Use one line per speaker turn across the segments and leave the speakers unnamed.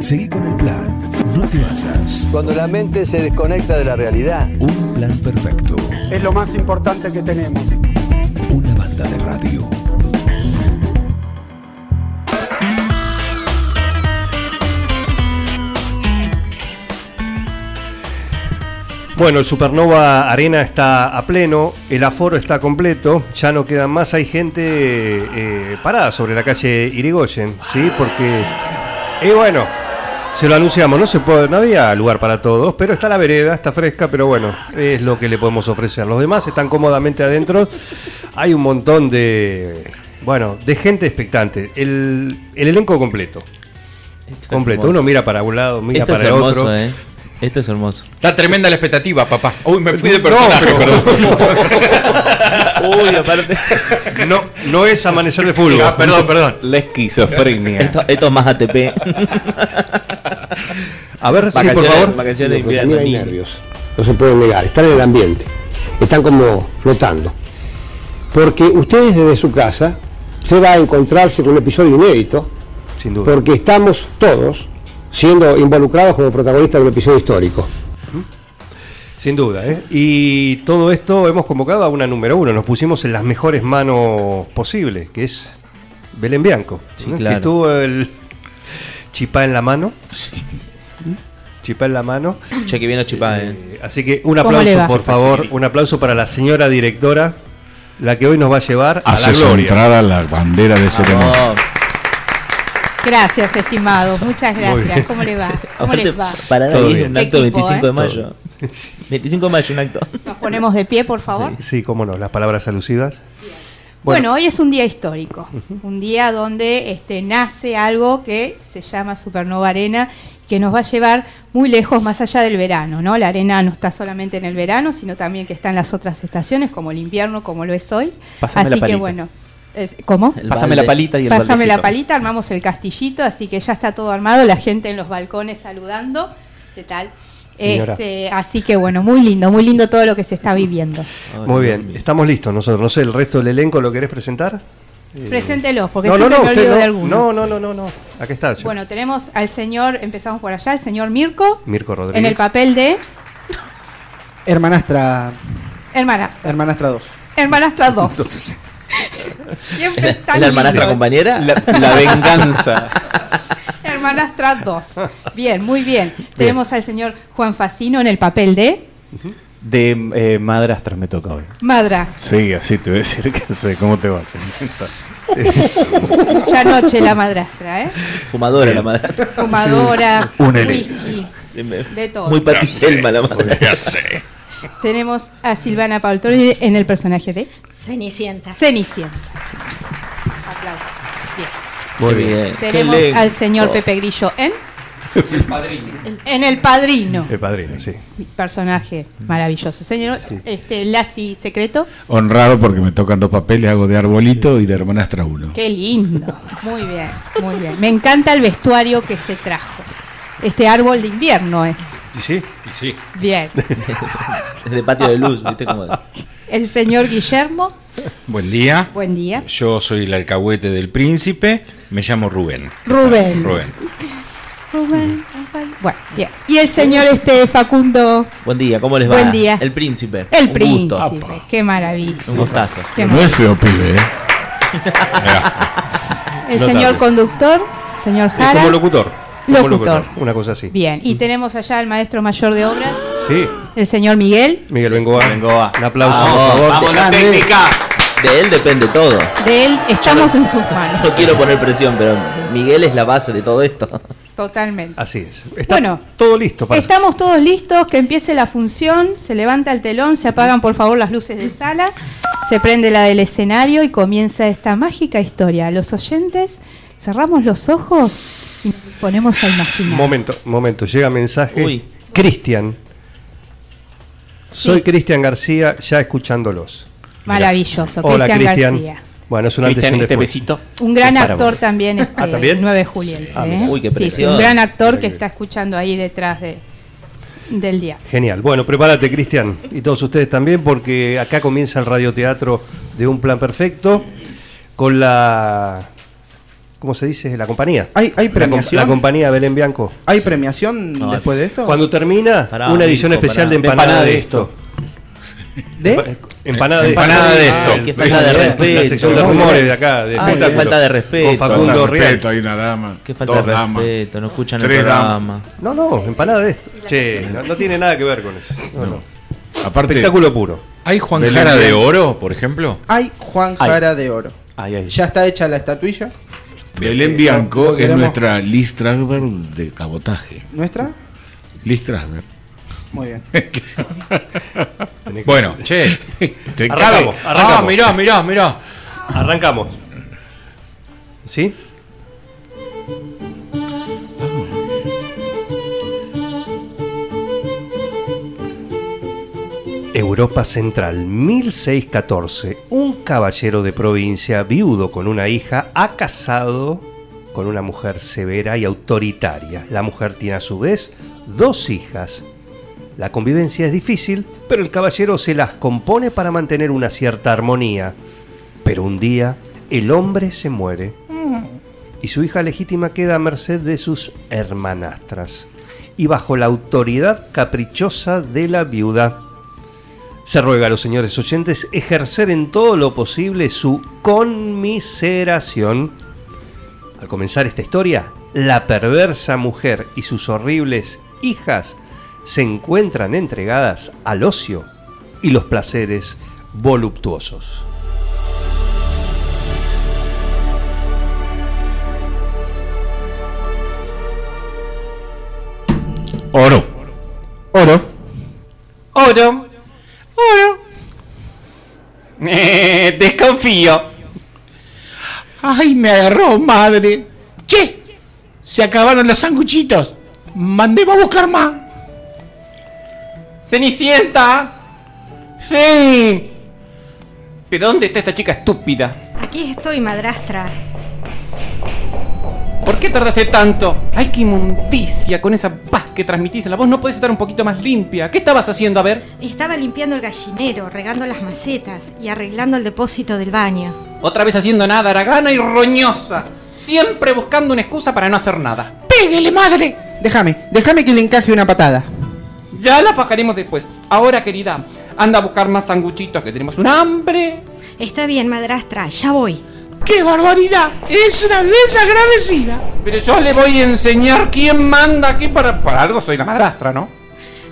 Seguí con el plan. No te basas.
Cuando la mente se desconecta de la realidad.
Un plan perfecto.
Es lo más importante que tenemos.
Una banda de radio.
Bueno, el Supernova Arena está a pleno, el aforo está completo, ya no quedan más, hay gente eh, parada sobre la calle Irigoyen, ¿sí? Porque, y bueno, se lo anunciamos, no se puede, no había lugar para todos, pero está la vereda, está fresca, pero bueno, es lo que le podemos ofrecer. Los demás están cómodamente adentro, hay un montón de, bueno, de gente expectante, el, el elenco completo.
Esto Este es
Completo,
hermoso.
uno mira para un lado, mira
Esto
para
es
el
hermoso,
otro.
eh. Esto es hermoso.
Está tremenda la expectativa, papá. Uy, me fui de
No,
personaje,
pero-
perdón.
Uy, aparte.
No, no es amanecer de fútbol.
Ah, perdón, perdón.
La esquizofrenia.
Esto, esto es más ATP.
A ver, sí, por
Vacaciones-
favor.
Vacaciones de
Porque
invierno.
también hay
ni-
nervios, no se pueden negar, están en el ambiente, están como flotando. Porque ustedes desde su casa, usted va a encontrarse con un episodio inédito,
Sin duda.
porque estamos todos siendo involucrados como protagonistas de un episodio histórico.
Sin duda, ¿eh? Y todo esto hemos convocado a una número uno. Nos pusimos en las mejores manos posibles, que es Belén Bianco.
Sí, claro.
Que tuvo el chipá en la mano. Chipá en la mano.
Che, que viene chipá, eh.
Eh, así que un
¿Cómo le
aplauso,
va?
por favor. Un aplauso para la señora directora, la que hoy nos va a llevar a la
Hace su
gloria.
entrada la bandera de ceremonia.
Vamos.
Gracias, estimado. Muchas
bien.
gracias. ¿Cómo le va? ¿Cómo
Aparte,
les va?
Pará,
Todo
ahí,
bien.
un acto
Qué equipo,
25 de
eh.
mayo. 25 de mayo, un acto.
Nos ponemos de pie, por favor.
Sí, cómo no, las palabras alusivas.
Bueno, hoy es un día histórico, un día donde este, nace algo que se llama Supernova Arena, que nos va a llevar muy lejos, más allá del verano, ¿no? La arena no está solamente en el verano, sino también que está en las otras estaciones, como el invierno, como lo es hoy.
Pásame la
Así que
palita.
bueno, es- ¿cómo?
El
Pásame
balde.
la palita y el
Pásame la
baldecito.
palita, armamos el castillito, así que ya está todo armado, la gente en los balcones saludando. ¿Qué tal?
Señora.
Este, así que bueno, muy lindo, muy lindo todo lo que se está viviendo.
Muy bien, estamos listos nosotros. No sé, el resto del elenco lo querés presentar.
Preséntelos, porque
no, no,
siempre
no,
me
usted
olvido
no.
de alguno.
No, no, no, no, no. Aquí está. yo.
Bueno, tenemos al señor, empezamos por allá, el señor Mirko,
Mirko Rodríguez.
en el papel de
Hermanastra.
hermana,
Hermanastra 2.
hermanastra 2. Siempre
¿Es la-
están
es la hermanastra
lindos.
compañera?
La, la venganza.
Hermanastra 2. Bien, muy bien. Tenemos al señor Juan Facino en el papel de
De eh, madrastras me toca hoy.
Madra.
Sí, así te voy a decir que sé cómo te vas. Vicenta.
Mucha noche la madrastra, ¿eh?
Fumadora la madre.
Fumadora,
Un
whisky, de todo.
Muy patiselma la madre.
Tenemos a Silvana Paoltori en el personaje de
Cenicienta.
Cenicienta. Aplausos. Bien.
Muy bien. Oh,
Tenemos
Qué
al
elenco.
señor Pepe Grillo en En el padrino.
El padrino, sí.
Personaje maravilloso. Señor, este, Lassi Secreto,
Honrado porque me tocan dos papeles, hago de arbolito y de hermanastra uno.
qué lindo. Muy bien, muy bien. Me encanta el vestuario que se trajo. Este árbol de invierno es.
¿Y sí?
Sí.
Bien.
Es de patio de luz, ¿viste cómo?
El señor Guillermo,
Buen día.
buen día.
Yo soy el alcahuete del príncipe. Me llamo Rubén.
Rubén.
Rubén.
Rubén, Rafael. Bueno, bien. Y el señor este Facundo,
Buen día, ¿cómo les va?
Buen día.
El príncipe.
el
Un gusto.
príncipe. Qué maravilla.
Un gustazo.
Qué
No es
maravilla.
feo pibe, ¿eh?
El
Notable.
señor conductor, señor
Es
Jara.
como locutor. Como
Locutor.
Una cosa así.
Bien.
Mm.
Y tenemos allá al maestro mayor de obras,
Sí.
el señor Miguel.
Miguel Bengoa.
Bengoa.
Un aplauso,
Vamos,
por favor.
vamos, la técnica. De él depende todo.
De él estamos en sus manos.
No quiero poner presión, pero Miguel es la base de todo esto.
Totalmente.
Así es. Está
Bueno,
todo listo para.
Estamos todos listos, que empiece la función, se levanta el telón, se apagan por favor las luces de sala, se prende la del escenario y comienza esta mágica historia. Los oyentes cerramos los ojos y nos ponemos a imaginar.
Momento, momento. Llega mensaje.
Uy.
Cristian. Soy
Sí.
Cristian García, ya escuchándolos.
Maravilloso,
Hola,
Cristian
Cristian.
García.
Bueno, es un antes y un después.
Un gran
Es para
actor
vos.
también, este,
Ah, ¿también?
9 juliense.
Ah,
¿eh?
mira. Uy, qué
Sí, sí,
precioso.
un gran actor que está escuchando ahí detrás de, del día.
Genial. Bueno, prepárate, Cristian, y todos ustedes también, porque acá comienza el radioteatro de Un Plan Perfecto con la ¿cómo se dice? La compañía.
¿Hay- hay
La comp-
premiación?
La, compañía Belén Bianco.
¿Hay premiación
No,
después de esto?
Cuando termina,
Pará,
una edición
Mirko,
especial
pará.
de empanada,
Empanada
de
de
esto.
¿De?
Empanada de
Empanada de esto.
Ay, qué falta
Sí,
de
La
respeto.
sección de
No,
rumores
bien.
de acá. De
Ay,
espectáculo.
qué falta de respeto.
Con
Falta de
Facundo Real.
respeto, hay una dama.
Qué falta
dos
de
damas.
respeto, no escuchan el
Tres
programa.
No, no, empanada de esto. Che, no, no tiene nada que ver con eso. No, no.
Aparte,
Espectáculo puro.
¿Hay Juan
Belén
Jara de
Bianco.
Oro, por ejemplo?
Hay Juan
Hay.
Jara de Oro.
Ay, ay.
Ya está hecha la estatuilla.
Belén Bianco
Lo
es
queremos.
nuestra Liz Trasberg de cabotaje.
¿Nuestra?
Liz Trasberg.
Muy bien.
Bueno, che. Te
Arrancamos,
cabe. Ah,
arrancamos.
mirá, mirá, mirá.
Arrancamos. ¿Sí? Europa Central, 1614. Un caballero de provincia, viudo con una hija, ha casado con una mujer severa y autoritaria. La mujer tiene a su vez dos hijas. La convivencia es difícil, pero el caballero se las compone para mantener una cierta armonía. Pero un día el hombre se muere y su hija legítima queda a merced de sus hermanastras y bajo la autoridad caprichosa de la viuda. Se ruega a los señores oyentes ejercer en todo lo posible su conmiseración. Al comenzar esta historia, la perversa mujer y sus horribles hijas se encuentran entregadas al ocio y los placeres voluptuosos.
Oro.
Oro.
Oro. Oro. Eh, desconfío.
Ay, me agarró, madre. Che, se acabaron los sanguchitos. Mandemos a buscar más.
Cenicienta. Feli. ¿Pero dónde está esta chica estúpida?
Aquí estoy, madrastra.
¿Por qué tardaste tanto? Ay, qué inmundicia con esa paz que transmitís. La voz no podés estar un poquito más limpia. ¿Qué estabas haciendo? A ver.
Estaba limpiando el gallinero, regando las macetas y arreglando el depósito del baño.
Otra vez haciendo nada, aragana y roñosa. Siempre buscando una excusa para no hacer nada.
¡Pégale, madre! Déjame, déjame que le encaje una patada.
Ya la fajaremos después. Ahora, querida, anda a buscar más sanguchitos que tenemos un hambre.
Está bien, madrastra, ya voy.
¡Qué barbaridad! ¡Es una desagradecida!
Pero yo le voy a enseñar quién manda aquí para... Para algo soy la madrastra, ¿no?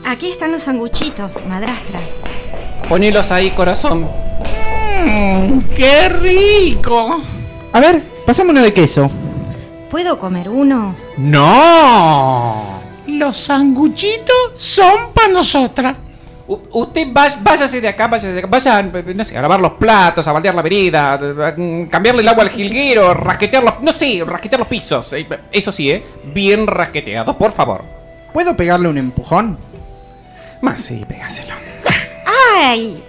Aquí están los sanguchitos, madrastra.
Ponelos ahí, corazón.
Mm, ¡Qué rico! A ver, pasame uno de queso.
¿Puedo comer uno?
¡No!
Los sanguchitos son para nosotras.
U- usted vá- váyase de acá, váyase de acá. Vaya, no sé, a lavar los platos, a baldear la vereda, a- a- cambiarle el agua al jilguero, rasquetear los... No sé, rasquetear los pisos. Eh, Eso sí, ¿eh? Bien rasqueteados, por favor.
¿Puedo pegarle un empujón?
Más sí, pégaselo.
¡Ay!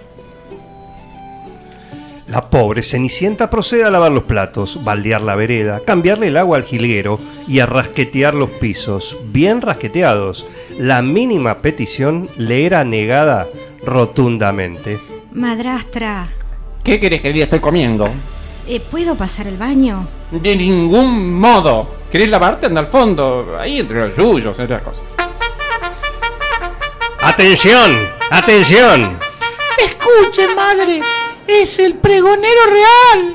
La pobre Cenicienta procede a lavar los platos, baldear la vereda, cambiarle el agua al jilguero y a rasquetear los pisos, bien rasqueteados. La mínima petición le era negada rotundamente.
Madrastra,
¿Qué querés, querida? Estoy comiendo.
eh, ¿puedo pasar el baño?
De ningún modo. ¿Querés lavarte? Anda al fondo, ahí entre los yuyos, entre las cosas.
¡Atención! ¡Atención!
Escuche, madre. Es el pregonero real.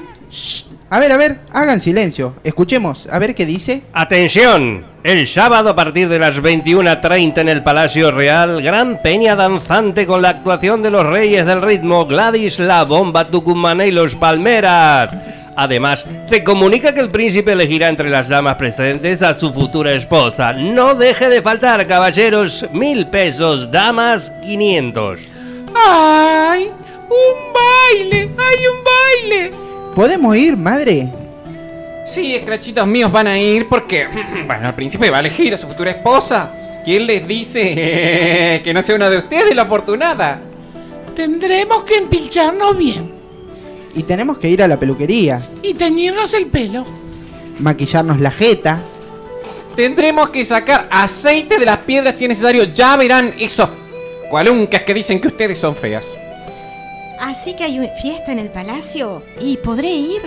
A ver, a ver, hagan silencio. Escuchemos, a ver qué dice.
¡Atención! El sábado a partir de las 21.30 en el Palacio Real, gran peña danzante con la actuación de los Reyes del Ritmo, Gladys, la Bomba Tucumana y los Palmeras. Además, se comunica que el príncipe elegirá entre las damas presentes a su futura esposa. No deje de faltar, caballeros, mil pesos, damas, 500.
¡Ay! ¡Un baile! ¡Hay un baile! ¿Podemos ir, madre?
Sí, escrachitos míos van a ir porque, bueno, el príncipe va a elegir a su futura esposa. ¿Quién les dice que no sea una de ustedes la afortunada?
Tendremos que empilcharnos bien. Y tenemos que E ir a la peluquería. Y teñirnos el pelo. Maquillarnos la jeta.
Tendremos que sacar aceite de las piedras si es necesario. Ya verán esos cualuncas que dicen que ustedes son feas.
Así que hay una fiesta en el palacio y podré ir.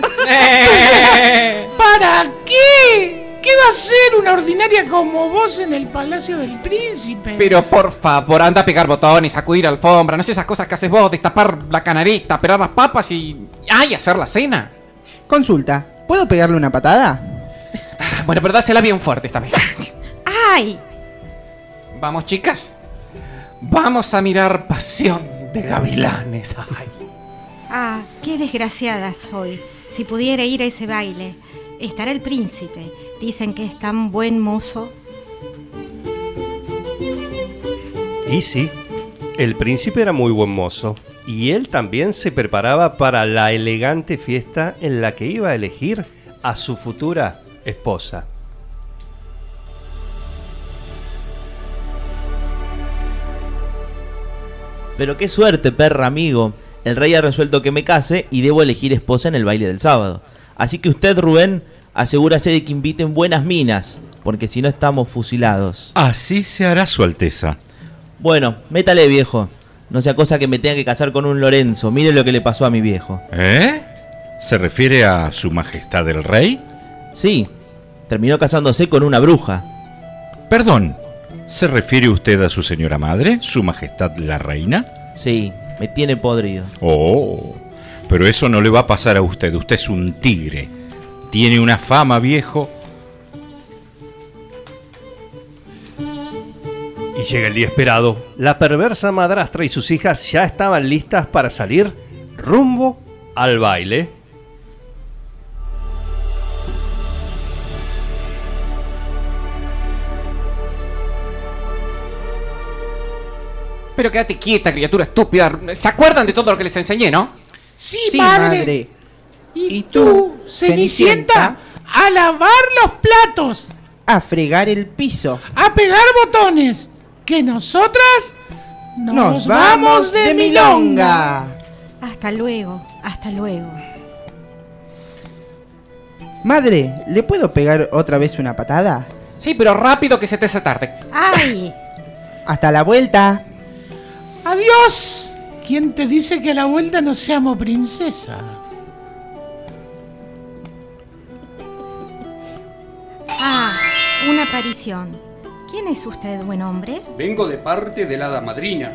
¿Para qué? ¿Qué va a ser una ordinaria como vos en el Palacio del Príncipe?
Pero por favor, anda a pegar botones, sacudir alfombra, no sé esas cosas que haces vos, destapar la canarita, pelar las papas y. ¡Ay! hacer la cena.
Consulta, ¿puedo pegarle una patada?
Ah, Bueno, pero dásela bien fuerte esta vez.
¡Ay!
Vamos, chicas. Vamos a mirar Pasión de Gavilanes. Ay.
Ah, qué desgraciada soy. Si pudiera ir a ese baile, estará el príncipe. Dicen que es tan buen mozo.
Y sí, el príncipe era muy buen mozo. Y él también se preparaba para la elegante fiesta en la que iba a elegir a su futura esposa.
Pero qué suerte, perra amigo. El rey ha resuelto que me case y debo elegir esposa en el baile del sábado. Así que usted, Rubén, asegúrase de que inviten buenas minas, porque si no estamos fusilados.
Así se hará su alteza.
Bueno, métale, viejo. No sea cosa que me tenga que casar con un Lorenzo. Mire lo que le pasó a mi viejo.
¿Eh? ¿Se refiere a su majestad el rey?
Sí. Terminó casándose con una bruja.
Perdón. ¿Se refiere usted a su señora madre, su majestad la reina?
Sí, me tiene podrido.
Oh, pero eso no le va a pasar a usted. Usted es un tigre. Tiene una fama, viejo.
Y llega el día esperado. La perversa madrastra y sus hijas ya estaban listas para salir rumbo al baile.
Pero quédate quieta, criatura estúpida. ¿Se acuerdan de todo lo que les enseñé, no?
Sí, madre. Y tú, Cenicienta, a lavar los platos,
A fregar el piso.
a pegar botones, que nosotras nos, vamos de, milonga.
Hasta luego, hasta luego.
Madre, ¿le puedo pegar otra vez una patada?
Sí, pero rápido que se te hace tarde.
¡Ay!
Hasta la vuelta.
Adiós. ¿Quién te dice que a la vuelta no seamos princesa?
Ah, una aparición. ¿Quién es usted, buen hombre?
Vengo de parte de la hada madrina.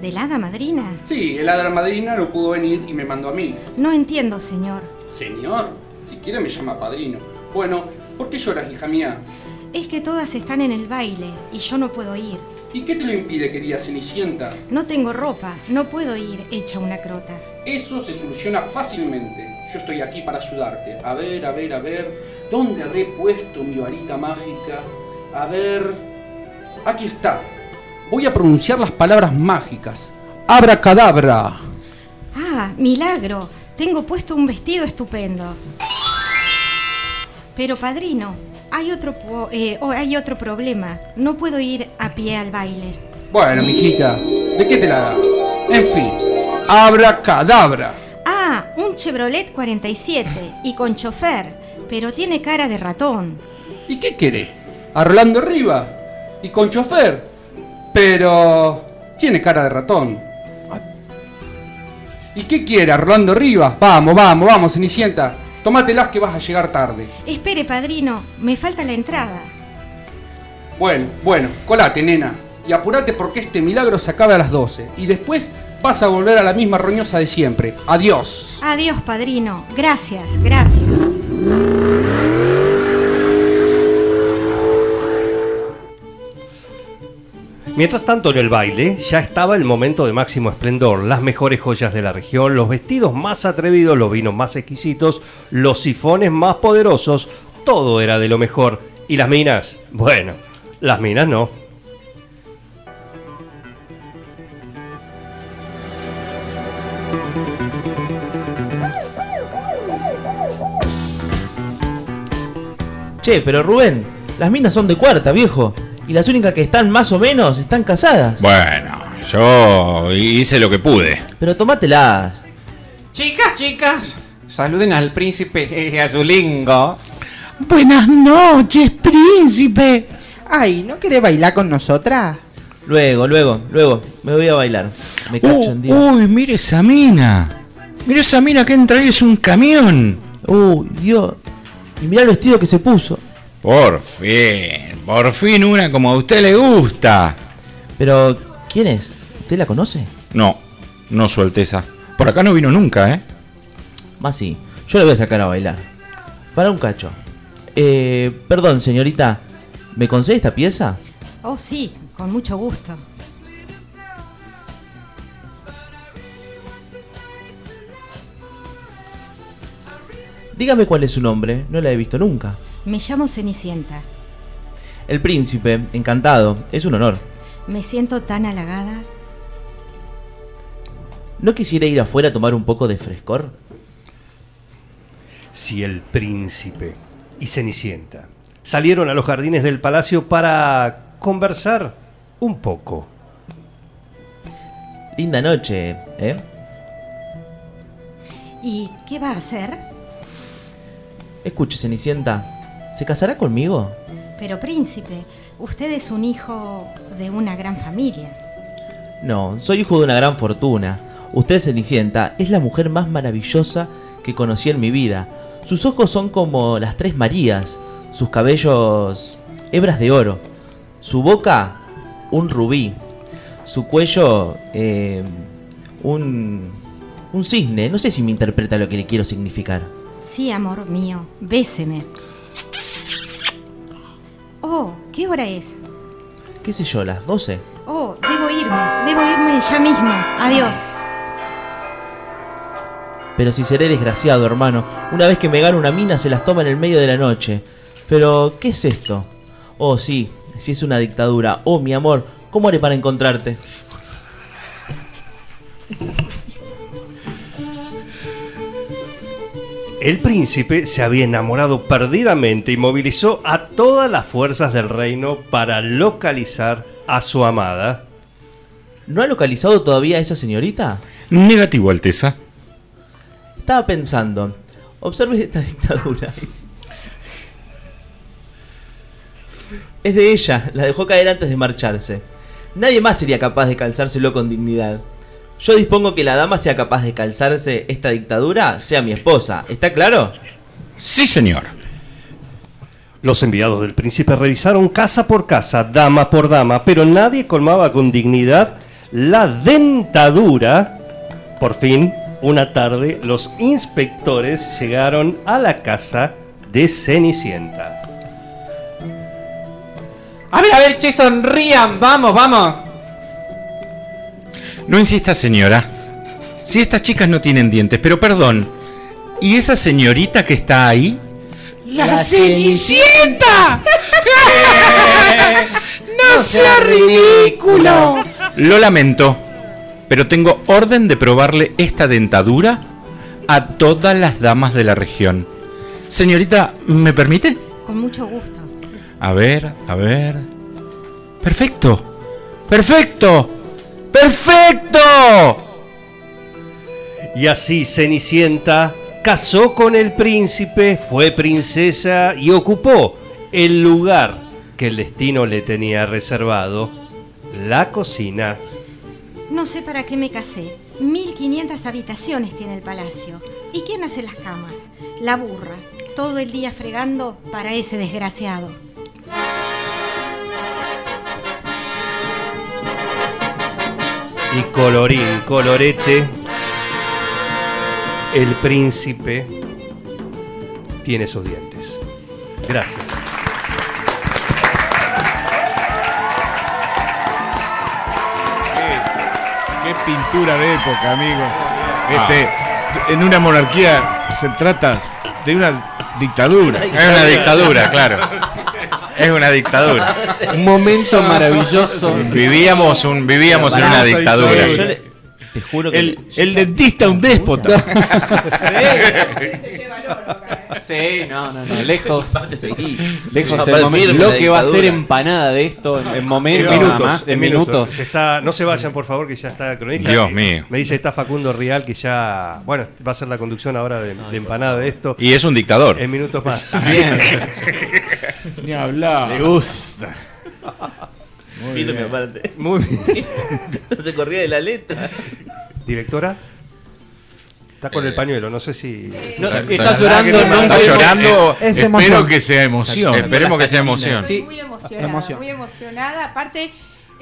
¿Del hada madrina?
Sí, el hada madrina no pudo venir y me mandó a mí.
No entiendo, señor.
Señor, si quiere me llama padrino. Bueno, ¿por qué lloras, hija mía?
Es que todas están en el baile y yo no puedo ir.
¿Y qué te lo impide, querida Cenicienta?
No tengo ropa, no puedo ir hecha una crota.
Eso se soluciona fácilmente. Yo estoy aquí para ayudarte. A ver, a ver, a ver. ¿Dónde habré puesto mi varita mágica? A ver. Aquí está. Voy a pronunciar las palabras mágicas. Abracadabra.
Ah, milagro. Tengo puesto un vestido estupendo. Pero padrino, hay otro, po- eh, oh, hay otro problema. No puedo ir a pie al baile.
Bueno, mijita, ¿de qué te la das? En fin, abracadabra.
Ah, un Chevrolet 47 y con chofer, pero tiene cara de ratón.
¿Y qué querés? A Rolando Riva y con chofer. Pero tiene cara de ratón. ¿Y qué quiere a Rolando Rivas? Vamos, vamos, vamos, Cenicienta. Tómatelas que vas a llegar tarde.
Espere, padrino, me falta la entrada.
Bueno, bueno, colate, nena. Y apurate porque este milagro se acaba a las 12. Y después vas a volver a la misma roñosa de siempre. Adiós.
Adiós, padrino. Gracias, gracias.
Mientras tanto, en el baile ya estaba el momento de máximo esplendor, las mejores joyas de la región, los vestidos más atrevidos, los vinos más exquisitos, los sifones más poderosos, todo era de lo mejor. ¿Y las minas? Bueno, las minas no.
Che, pero Rubén, las minas son de cuarta, viejo. Y las únicas que están más o menos están casadas.
Bueno, yo hice lo que pude.
Pero tomátelas.
Chicas, chicas. Saluden al príncipe y a su lingo.
Buenas noches, príncipe.
Ay, ¿no querés bailar con nosotras?
Luego, luego, luego. Me voy a bailar. Me cacho en Dios.
Uh, Uy, mire esa mina. Mira esa mina que entra ahí, es un camión.
Uy, uh, Dios. Y mirá el vestido que se puso.
Por fin, por fin una como a usted le gusta.
Pero, ¿quién es? ¿Usted la conoce?
No, no su alteza. Por acá no vino nunca, ¿eh?
Más Ah, sí. Yo la voy a sacar a bailar. Para un cacho. Eh, perdón, señorita. ¿Me concede esta pieza?
Oh, sí, con mucho gusto.
Dígame cuál es su nombre. No la he visto nunca.
Me llamo Cenicienta.
El príncipe, encantado. Es un honor.
Me siento tan halagada.
¿No quisiera ir afuera a tomar un poco de frescor?
Si el príncipe y Cenicienta salieron a los jardines del palacio para conversar un poco.
Linda noche, ¿eh?
¿Y qué va a hacer?
Escuche, Cenicienta. ¿Se casará conmigo?
Pero príncipe, usted es un hijo de una gran familia.
No, soy hijo de una gran fortuna. Usted, Cenicienta, es la mujer más maravillosa que conocí en mi vida. Sus ojos son como las tres Marías, sus cabellos hebras de oro, su boca un rubí, su cuello eh, un, un cisne. No sé si me interpreta lo que le quiero significar.
Sí, amor mío, béseme. Oh, ¿qué hora es?
¿Qué sé yo, las 12?
Oh, debo irme, debo irme ya mismo. Adiós.
Pero si seré desgraciado, hermano. Una vez que me gano una mina se las toma en el medio de la noche. Pero, ¿qué es esto? Oh, sí, si es una dictadura. Oh, mi amor, ¿cómo haré para encontrarte?
El príncipe se había enamorado perdidamente y movilizó a todas las fuerzas del reino para localizar a su amada.
¿No ha localizado todavía a esa señorita?
Negativo, Alteza.
Estaba pensando. Observe esta dictadura. Es de ella, la dejó caer antes de marcharse. Nadie más sería capaz de calzárselo con dignidad. Yo dispongo que la dama sea capaz de calzarse esta dictadura, sea mi esposa. ¿Está claro?
Sí, señor.
Los enviados del príncipe revisaron casa por casa, dama por dama, pero nadie colmaba con dignidad la dentadura. Por fin, una tarde, los inspectores llegaron a la casa de Cenicienta.
A ver, a ver, che, sonrían. Vamos, vamos.
No insista, señora. Si estas chicas no tienen dientes, pero perdón. ¿Y esa señorita que está ahí?
¡La, Cenicienta! ¡No sea ridículo!
Lo lamento, pero tengo orden de probarle esta dentadura a todas las damas de la región. Señorita, ¿me permite?
Con mucho gusto.
A ver, a ver. Perfecto. Perfecto. Perfecto.
Y así Cenicienta casó con el príncipe, fue princesa y ocupó el lugar que el destino le tenía reservado, la cocina.
No sé para qué me casé. 1500 habitaciones tiene el palacio. ¿Y quién hace las camas? La burra. Todo el día fregando para ese desgraciado.
Y colorín, colorete, el príncipe tiene sus dientes. Gracias.
Qué pintura de época, amigo. Este, En una monarquía se trata de una dictadura.
Es una dictadura, claro. Es una dictadura.
Un momento maravilloso.
Vivíamos, un, vivíamos en una dictadura.
Yo le- te juro que
El, el dentista un déspota.
Sí, no, no, no. Lejos.
Sí,
Lejos
sí.
el
Papel
momento.
firme,
Lo
la
que va a ser
dictadura.
empanada de esto en, en momentos,
Minutos,
nada más, en minutos.
Se está- no se vayan, por favor, que ya está el cronista.
Dios
Eh,
mío.
Me dice, está Facundo Rial, que ya, bueno, va a ser la conducción ahora de, de empanada de esto.
Y es un dictador.
En minutos más.
Ni hablar.
gusta.
Muy
Firme,
bien.
aparte.
Muy bien.
no se corría de la letra.
Directora. Está con
Eh.
el pañuelo, no sé si.
No,
si-
está llorando,
que-
no
está
sé.
Eh,
llorando.
Es
espero
emoción.
que sea emoción.
Esperemos que sea emoción.
Estoy muy emocionada, muy emocionada. Aparte,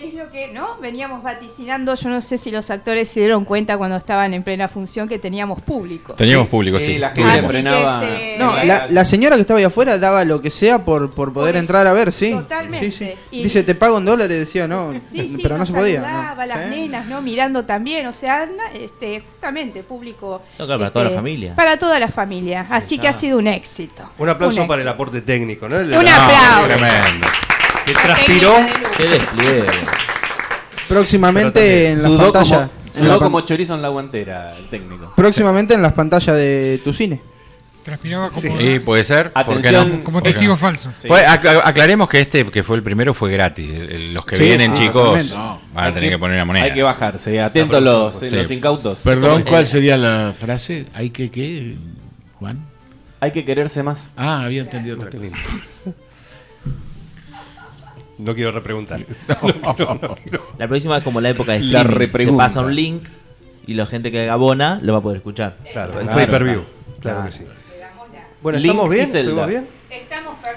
es lo que, ¿no? Veníamos vaticinando, yo no sé si los actores se dieron cuenta cuando estaban en plena función que teníamos público.
Teníamos público, sí. Ah,
Así que, este,
No, la, la señora que estaba ahí afuera daba lo que sea por, por poder entrar a ver, sí.
Totalmente.
Sí, sí.
Y-
Dice, te pago en dólares, decía, no,
Sí, sí,
pero no
nos
se podía. ¿no?
saludaba, las nenas, ¿no? Mirando también, o sea, anda, este, justamente, público.
No, claro, para toda la
este,
familia.
Para toda la familia. Así que ha sido un éxito.
Un aplauso
Un
para el aporte técnico, ¿no?
Un aplauso.
Tremendo.
Que transpiró.
Qué despliegue.
Próximamente en las
Sudó
pantallas.
como-
en la
Sudó
pan-
como chorizo en la guantera, el técnico.
Próximamente en las pantallas de tu cine.
Transpiraba como.
Sí, puede ser. ¿Por qué
Atención.
no?
Como
¿Por qué
testigo
no?
falso.
Sí. Pues, ac- aclaremos que este, que fue el primero, fue gratis. El- el- Los que
Sí,
vienen,
ah,
chicos,
totalmente. No.
van a tener que poner una moneda.
Hay que bajarse. Atentos los, eh,
Sí.
los incautos.
Perdón,
Como-
¿cuál sería la frase? Hay que qué, Juan.
Hay que quererse más.
Ah, había entendido otra cosa.
No quiero repreguntar.
La próxima es como la época de
La
streaming. Se
repregunta.
pasa un link y la gente que abona lo va a poder escuchar.
Claro, el pay-per-view. Claro que sí. Bueno,
Link
¿estamos bien?
y Zelda.
¿Estuvimos bien?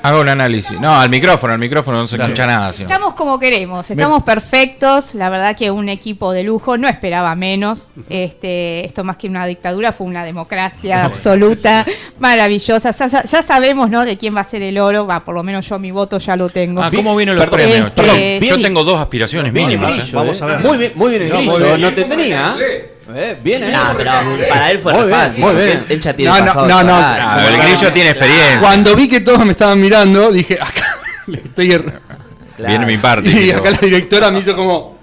Haga un análisis. No, al micrófono, al micrófono no se escucha nada. sino-
Estamos como queremos, estamos perfectos. La verdad que un equipo de lujo no esperaba menos. Este, esto más que una dictadura fue una democracia absoluta, maravillosa. Sa- sa- Ya sabemos, ¿no? De quién va a ser el oro. Va, por lo menos yo mi voto ya lo tengo.
Ah, ¿cómo vino los
Este,
premios? Perdón, yo
sí.
tengo dos aspiraciones
Bien
mínimas.
brillo,
¿eh?
Vamos a ver.
Muy bien, muy bien.
No,
Sí,
muy
yo
bien.
no te tenía. Eh, bien, eh.
Ah, pero para él fue
Muy
re
bien,
fácil.
muy
porque
bien.
Él, él ya tiene
No, no,
pasado.
no, no.
total.
Ah, el
grillo tiene experiencia.
Cuando vi que todos me estaban mirando, dije, acá le estoy er-
Viene mi parte.
Y
tipo.
acá la directora me hizo como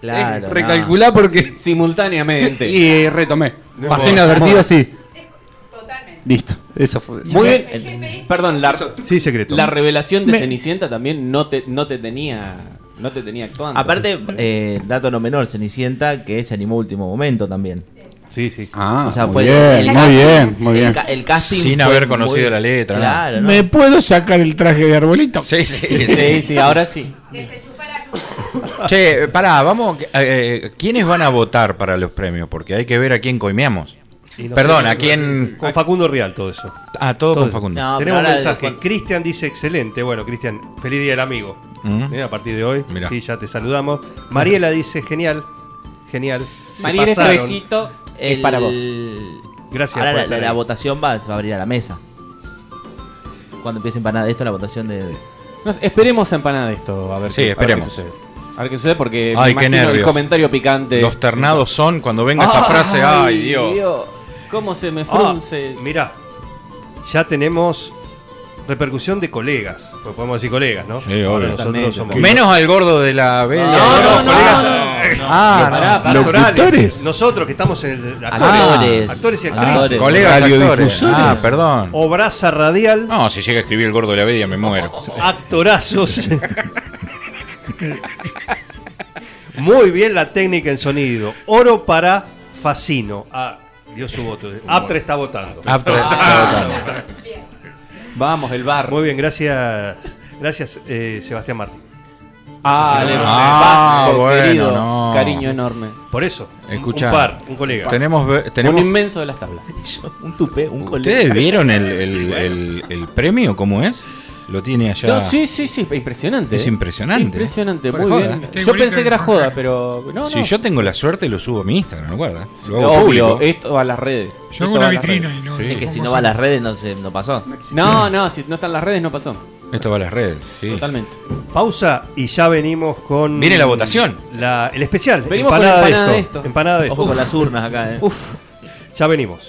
Claro,
eh, recalculá porque.
Simultáneamente.
Sí, y eh, retomé.
No
Pasé
importa.
inadvertido así. Listo. Eso fue.
Muy bien. eh, Perdón, la,
secreto.
la revelación de
Me-
Cenicienta también no te, no te tenía. No te tenía actuando.
Aparte, eh, dato no menor, Cenicienta que se animó a último momento también.
Sí, sí.
Ah,
O sea,
muy
fue
bien,
el-
muy bien, muy
el
bien.
ca- el casting
Sin
fue
haber
muy-
conocido la letra, ¿no?
Claro, ¿no?
¿Me puedo sacar el traje de arbolito?
Sí, sí,
Sí, sí, ahora sí.
Che, pará, vamos. eh, eh, ¿Quiénes van a votar para los premios? Porque hay que ver a quién coimeamos. Perdón, a quién.
Con Facundo Real, todo eso.
Ah, todo con Facundo.
No, pero
Tenemos un
ahora
mensaje.
después-
Cristian dice excelente. Bueno, Cristian, feliz día del amigo.
Mm.
Eh, A partir de hoy,
Mirá.
sí, ya te saludamos. Mariela dice genial, genial. Se
Mariela, este
pasaron.
besito es
el-
para vos.
Gracias
Ahora
por
la,
estar
la- la
ahí.
votación va, se va a abrir a la mesa. Cuando empiecen para nada de esto, la votación de.
No sé, esperemos empanada de esto, a ver
Sí,
qué- a ver qué
esperemos.
sucede. A ver qué sucede porque
Ay,
me
qué
imagino el
nervios.
comentario picante.
Los ternados son cuando venga esa frase. Ay, Dios.
¿Cómo se me
Ah,
frunce?
mirá, ya tenemos repercusión de colegas. Porque podemos decir colegas, ¿no?
Sí, obvio.
Ahora nosotros somos.
Menos al gordo de la B.
no, no,
colegas.
Ah,
pará, pará.
actorales. Nosotros que estamos en el.
Actores.
actores y
Ah,
actrices.
colegas actores.
Radiodifusores.
Ah, perdón.
O brasa radial.
No, si llega a escribir el gordo de la media me muero.
Actorazos. Muy bien la técnica en sonido. Oro para Facino. Ah, dio su voto. Aptre está votando. Ah,
Aptre está
votando. Vamos, el bar.
Muy bien, gracias. Gracias, eh, Sebastián Martín.
Ah,
No sé si
le-
lo
ah,
conoces.
bueno,
Querido,
no. cariño enorme.
Por eso, un-
Escuchá,
un par, un colega.
Tenemos, ve- tenemos
Un inmenso de las tablas.
un tupé, un
¿Ustedes vieron el, el- el- el premio? ¿Cómo es? Lo tiene allá.
No, sí, sí, sí, impresionante.
Es
eh.
impresionante.
Impresionante,
Fuera
muy
joda.
bien. Yo pensé que era joda, pero no, no.
Si yo tengo la suerte, lo subo a mi Instagram, ¿no guarda? Lo hago
Obvio,
público.
esto a las redes. Esto va a las redes.
Es que si no va a las redes no, se, no pasó.
No, no, si no están las redes no pasó.
Esto va a las redes, sí.
Totalmente.
Pausa y ya venimos con.
Viene la votación.
la- el especial.
Venimos con
empanada,
empanada
de
de
esto,
esto.
Empanada de esto.
Ojo con las urnas acá, eh.
Uf, ya venimos.